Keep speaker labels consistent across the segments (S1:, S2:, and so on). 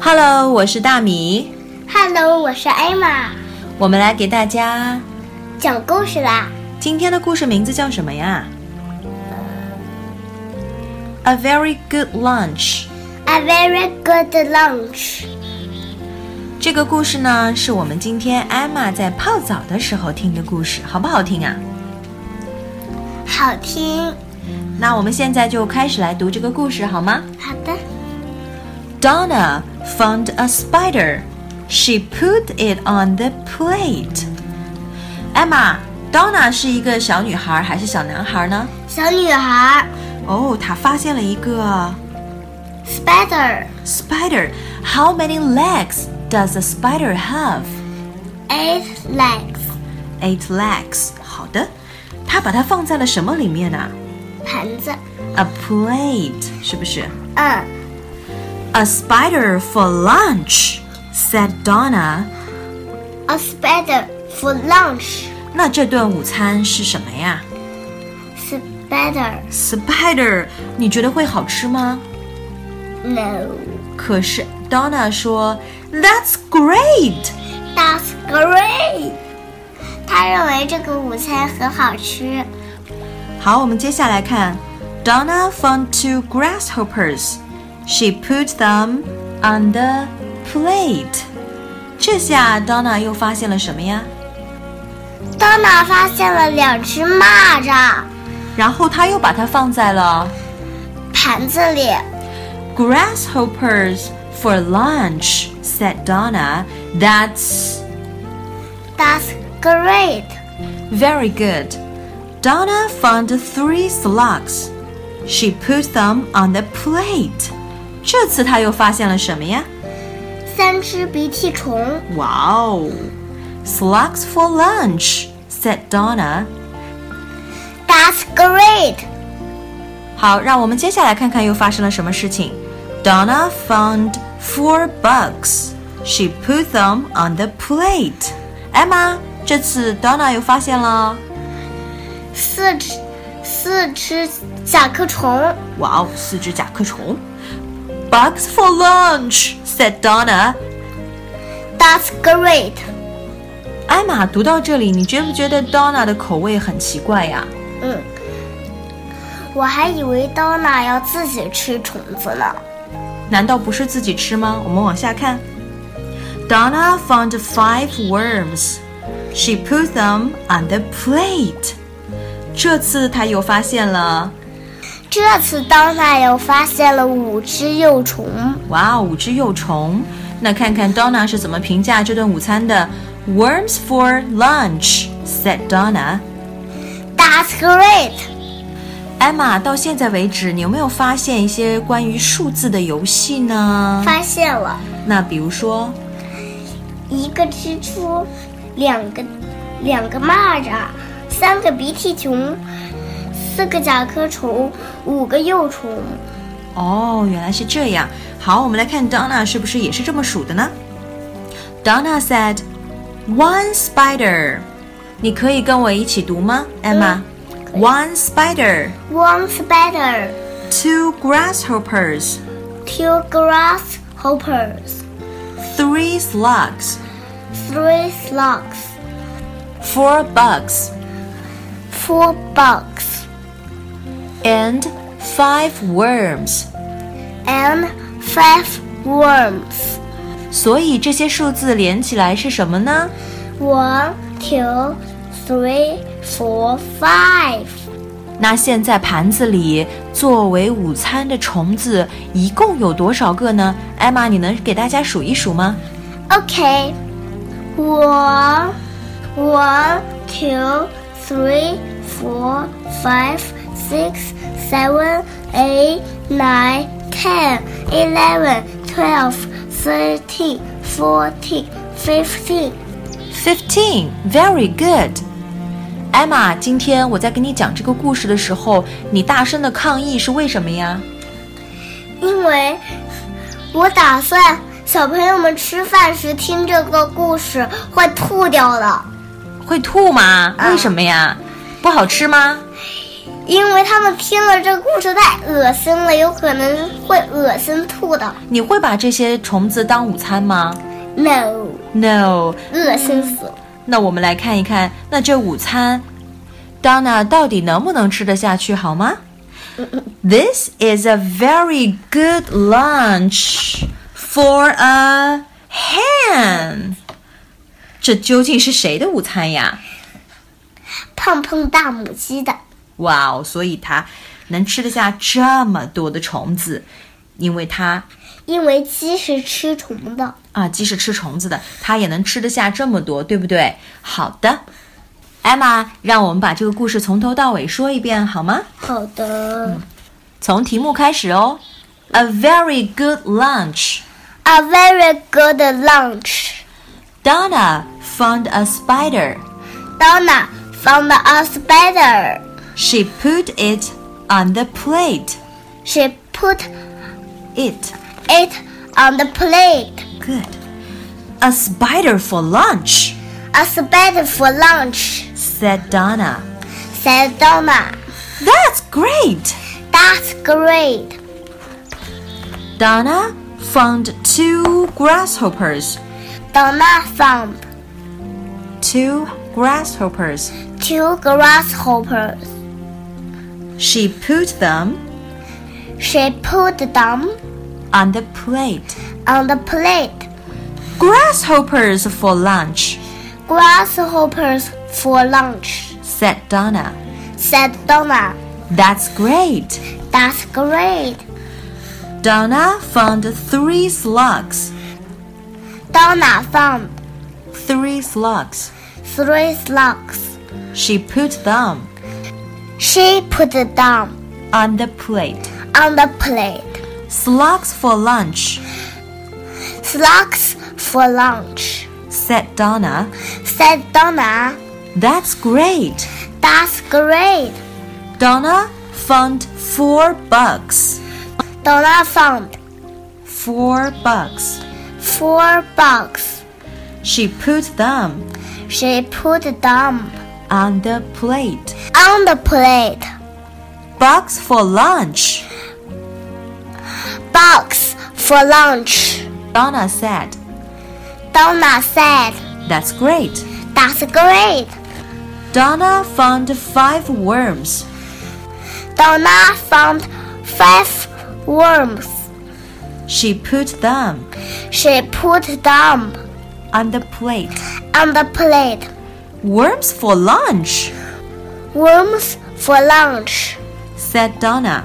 S1: Hello，我是大米，
S2: Hello，我是艾玛，
S1: 我们来给大家
S2: 讲故事啦。
S1: 今天的故事名字叫什么呀？A very good lunch。
S2: A very good lunch。
S1: 这个故事呢，是我们今天艾玛在泡澡的时候听的故事，好不好听啊？
S2: 好听。
S1: 那我们现在就开始来读这个故事好吗
S2: 好的。
S1: ？Donna found a spider. She put it on the plate. 艾玛，Donna 是一个小女孩还是小男孩呢？
S2: 小女孩
S1: 哦，她发现了一个
S2: spider
S1: spider. How many legs does a spider have?
S2: eight legs
S1: Eight legs. 好的，她把它放在了什么里面呢
S2: 盘子，
S1: ？A plate 是不是？
S2: 嗯
S1: A spider for lunch, said Donna.
S2: ，a spider for lunch
S1: 那这顿午餐是什么呀
S2: spider
S1: ？Spider，你觉得会好吃吗？
S2: no
S1: 可是 Donna 说，That's great。
S2: that's great。他认为这个午餐很好吃。
S1: 好，我们接下来看，Donna found two grasshoppers. She put them on the plate. 这下 Donna 又发现了什么呀？
S2: 当娜发现了两只蚂蚱，
S1: 然后她又把它放在了
S2: 盘子里
S1: grasshoppers for lunch, said Donna. That's
S2: that's great。
S1: Very good. Donna found three slugs. She put them on the plate. 这次她又发现了什么呀？
S2: 三只鼻涕虫
S1: 哇哦！Slugs for lunch, said Donna.
S2: that's great。
S1: 好，让我们接下来看看又发生了什么事情。Donna found four bugs. She put them on the plate. Emma，这次 Donna 又发现了。
S2: 四只四只甲壳虫
S1: 哇哦，四只甲壳虫。Bugs for lunch, said Donna.
S2: ，That's great。
S1: 艾玛读到这里，你觉不觉得 Donna 的口味很奇怪呀、
S2: 嗯，我还以为 Donna 要自己吃虫子呢。
S1: 难道不是自己吃吗？我们往下看。Donna found five worms. She put them on the plate. 这次她又发现了，
S2: 这次 Donna 又发现了五只幼虫
S1: 哇哦，五只幼虫。那看看 Donna 是怎么评价这顿午餐的。Worms for lunch, said Donna.
S2: ，That's great。
S1: 艾玛，到现在为止，你有没有发现一些关于数字的游戏呢？
S2: 发现了
S1: 那比如说，
S2: 一个蜘蛛，两个两个蚂蚱，三个鼻涕虫，四个甲壳虫，五个幼虫。
S1: 哦，原来是这样。好，我们来看 Donna 是不是也是这么数的呢？Donna said, "One spider." 你可以跟我一起读吗，Emma？、
S2: 可以
S1: One spider,
S2: One spider。
S1: two grasshoppers,
S2: two grasshoppers,
S1: three slugs,
S2: three slugs,
S1: four bugs,
S2: four bugs,
S1: and five worms.
S2: and five worms.
S1: 所以这些数字连起来是什么呢？
S2: One, two, three, four, five.
S1: 那现在盘子里作为午餐的虫子一共有多少个呢？艾玛，你能给大家数一数吗？
S2: Okay. One, one, two, three, four, five, six, seven, eight, nine, ten, eleven, twelve, thirteen, fourteen, fifteen.
S1: Fifteen, very good. 艾玛，今天我在给你讲这个故事的时候，你大声的抗议是为什么呀？
S2: 因为我打算小朋友们吃饭时听这个故事会吐掉的。
S1: 会吐吗？为什么呀？不好吃吗？
S2: 因为他们听了这故事太恶心了，有可能会恶心吐的。
S1: 你会把这些虫子当午餐吗
S2: No，
S1: ？No，
S2: 恶心死了。
S1: 那我们来看一看，那这午餐，Donna 到底能不能吃得下去，好吗？This is a very good lunch for a hen。这究竟是谁的午餐呀？
S2: 胖胖大母鸡的，
S1: 哇哦，所以它能吃得下这么多的虫子，因为它
S2: 因为鸡是吃虫的。
S1: 啊，鸡是吃虫子的，它也能吃得下这么多，对不对？好的，艾玛，让我们把这个故事从头到尾说一遍好吗？
S2: 好的、
S1: 从题目开始哦。A very good lunch.
S2: a very good lunch.
S1: Donna found a spider.
S2: Donna found a spider.
S1: She put it on the plate.
S2: She put
S1: It.
S2: it on the plate.
S1: Good. A spider for lunch,
S2: A spider for lunch,
S1: said Donna.
S2: said Donna.
S1: That's great.
S2: That's great.
S1: Donna found two grasshoppers.
S2: Donna found
S1: Two grasshoppers.
S2: two grasshoppers.
S1: She put them
S2: She put them
S1: on the plate.
S2: on the plate.
S1: Grasshoppers for lunch,
S2: Grasshoppers for lunch,
S1: said Donna.
S2: said Donna.
S1: That's great.
S2: That's great.
S1: Donna found three slugs.
S2: Donna found
S1: Three slugs.
S2: three slugs.
S1: She put them
S2: She put them
S1: on the plate.
S2: on the plate.
S1: Slugs for lunch,
S2: Slugs for lunch,
S1: said Donna.
S2: said Donna.
S1: That's great.
S2: That's great.
S1: Donna found four bugs.
S2: Donna found
S1: Four bugs.
S2: four bugs.
S1: She put them
S2: She put them
S1: on the plate.
S2: on the plate.
S1: Bugs for lunch,
S2: Box for lunch.
S1: Donna said.
S2: Donna said,
S1: That's great.
S2: That's great.
S1: Donna found five worms.
S2: Donna found five worms.
S1: She put them
S2: She put them
S1: on the plate.
S2: on the plate.
S1: Worms for lunch,
S2: Worms for lunch,
S1: said Donna.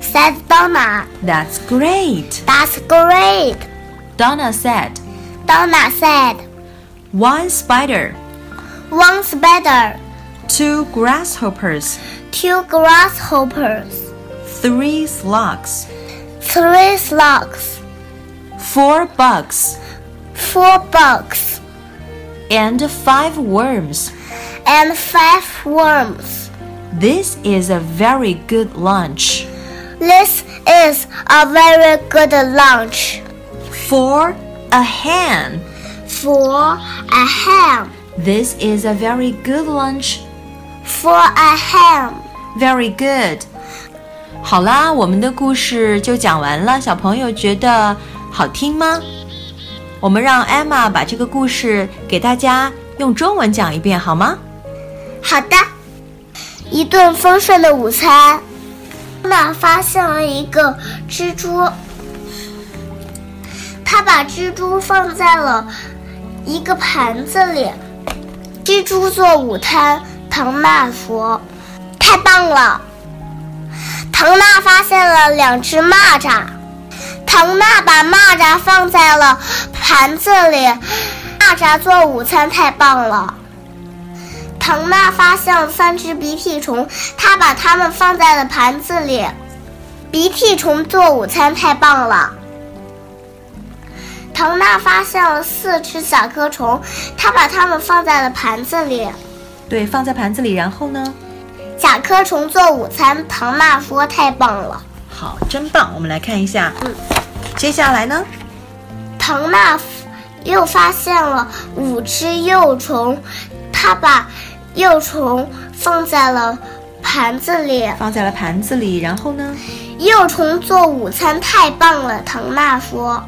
S2: said Donna.
S1: That's great,
S2: That's great.
S1: Donna said.
S2: Donna said,
S1: One spider,
S2: One spider,
S1: two grasshoppers,
S2: two grasshoppers,
S1: three slugs,
S2: three slugs,
S1: four bugs,
S2: four bugs,
S1: and five worms.
S2: and five worms.
S1: This is a very good lunch.
S2: This is a very good lunch
S1: For a hen.
S2: for a ham.
S1: This is a very good lunch
S2: For a ham.
S1: Very good。好啦，我们的故事就讲完了。小朋友觉得好听吗？我们让 Emma 把这个故事给大家用中文讲一遍好吗？
S2: 好的，一顿丰盛的午餐。娜发现了一个蜘蛛，她把蜘蛛放在了一个盘子里。蜘蛛做午餐，唐娜说：“太棒了！”唐娜发现了两只蚂蚱，唐娜把蚂蚱放在了盘子里。蚂蚱做午餐太棒了。唐娜发现了三只鼻涕虫，她把它们放在了盘子里。鼻涕虫做午餐太棒了。唐娜发现了四只甲壳虫，她把它们放在了盘子里。
S1: 对，放在盘子里，然后呢？
S2: 甲壳虫做午餐，唐娜说太棒了。
S1: 好，真棒！我们来看一下，接下来呢？
S2: 唐娜又发现了五只幼虫，她他把幼虫放在了盘子里。
S1: 放在了盘子里，然后呢？
S2: 幼虫做午餐太棒了，唐娜说。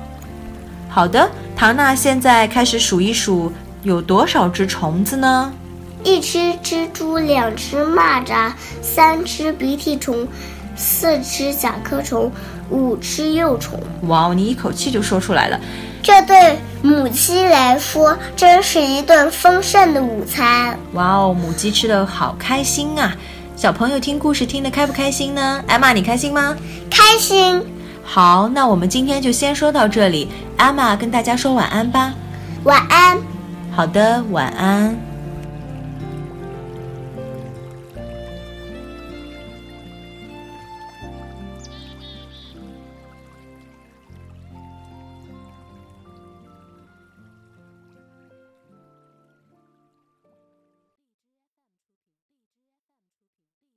S1: 好的，唐娜现在开始数一数有多少只虫子呢？
S2: 一只蜘蛛，两只蚂蚱，三只鼻涕虫，四只甲壳虫，五只幼虫。
S1: 哇哦，你一口气就说出来了。
S2: 这对母鸡来说，真是一顿丰盛的午餐。
S1: 哇哦，母鸡吃的好开心啊！小朋友听故事听得开不开心呢？艾玛，你开心吗？
S2: 开心，
S1: 好，那我们今天就先说到这里。艾玛跟大家说晚安吧。
S2: 晚安。
S1: 好的，晚安。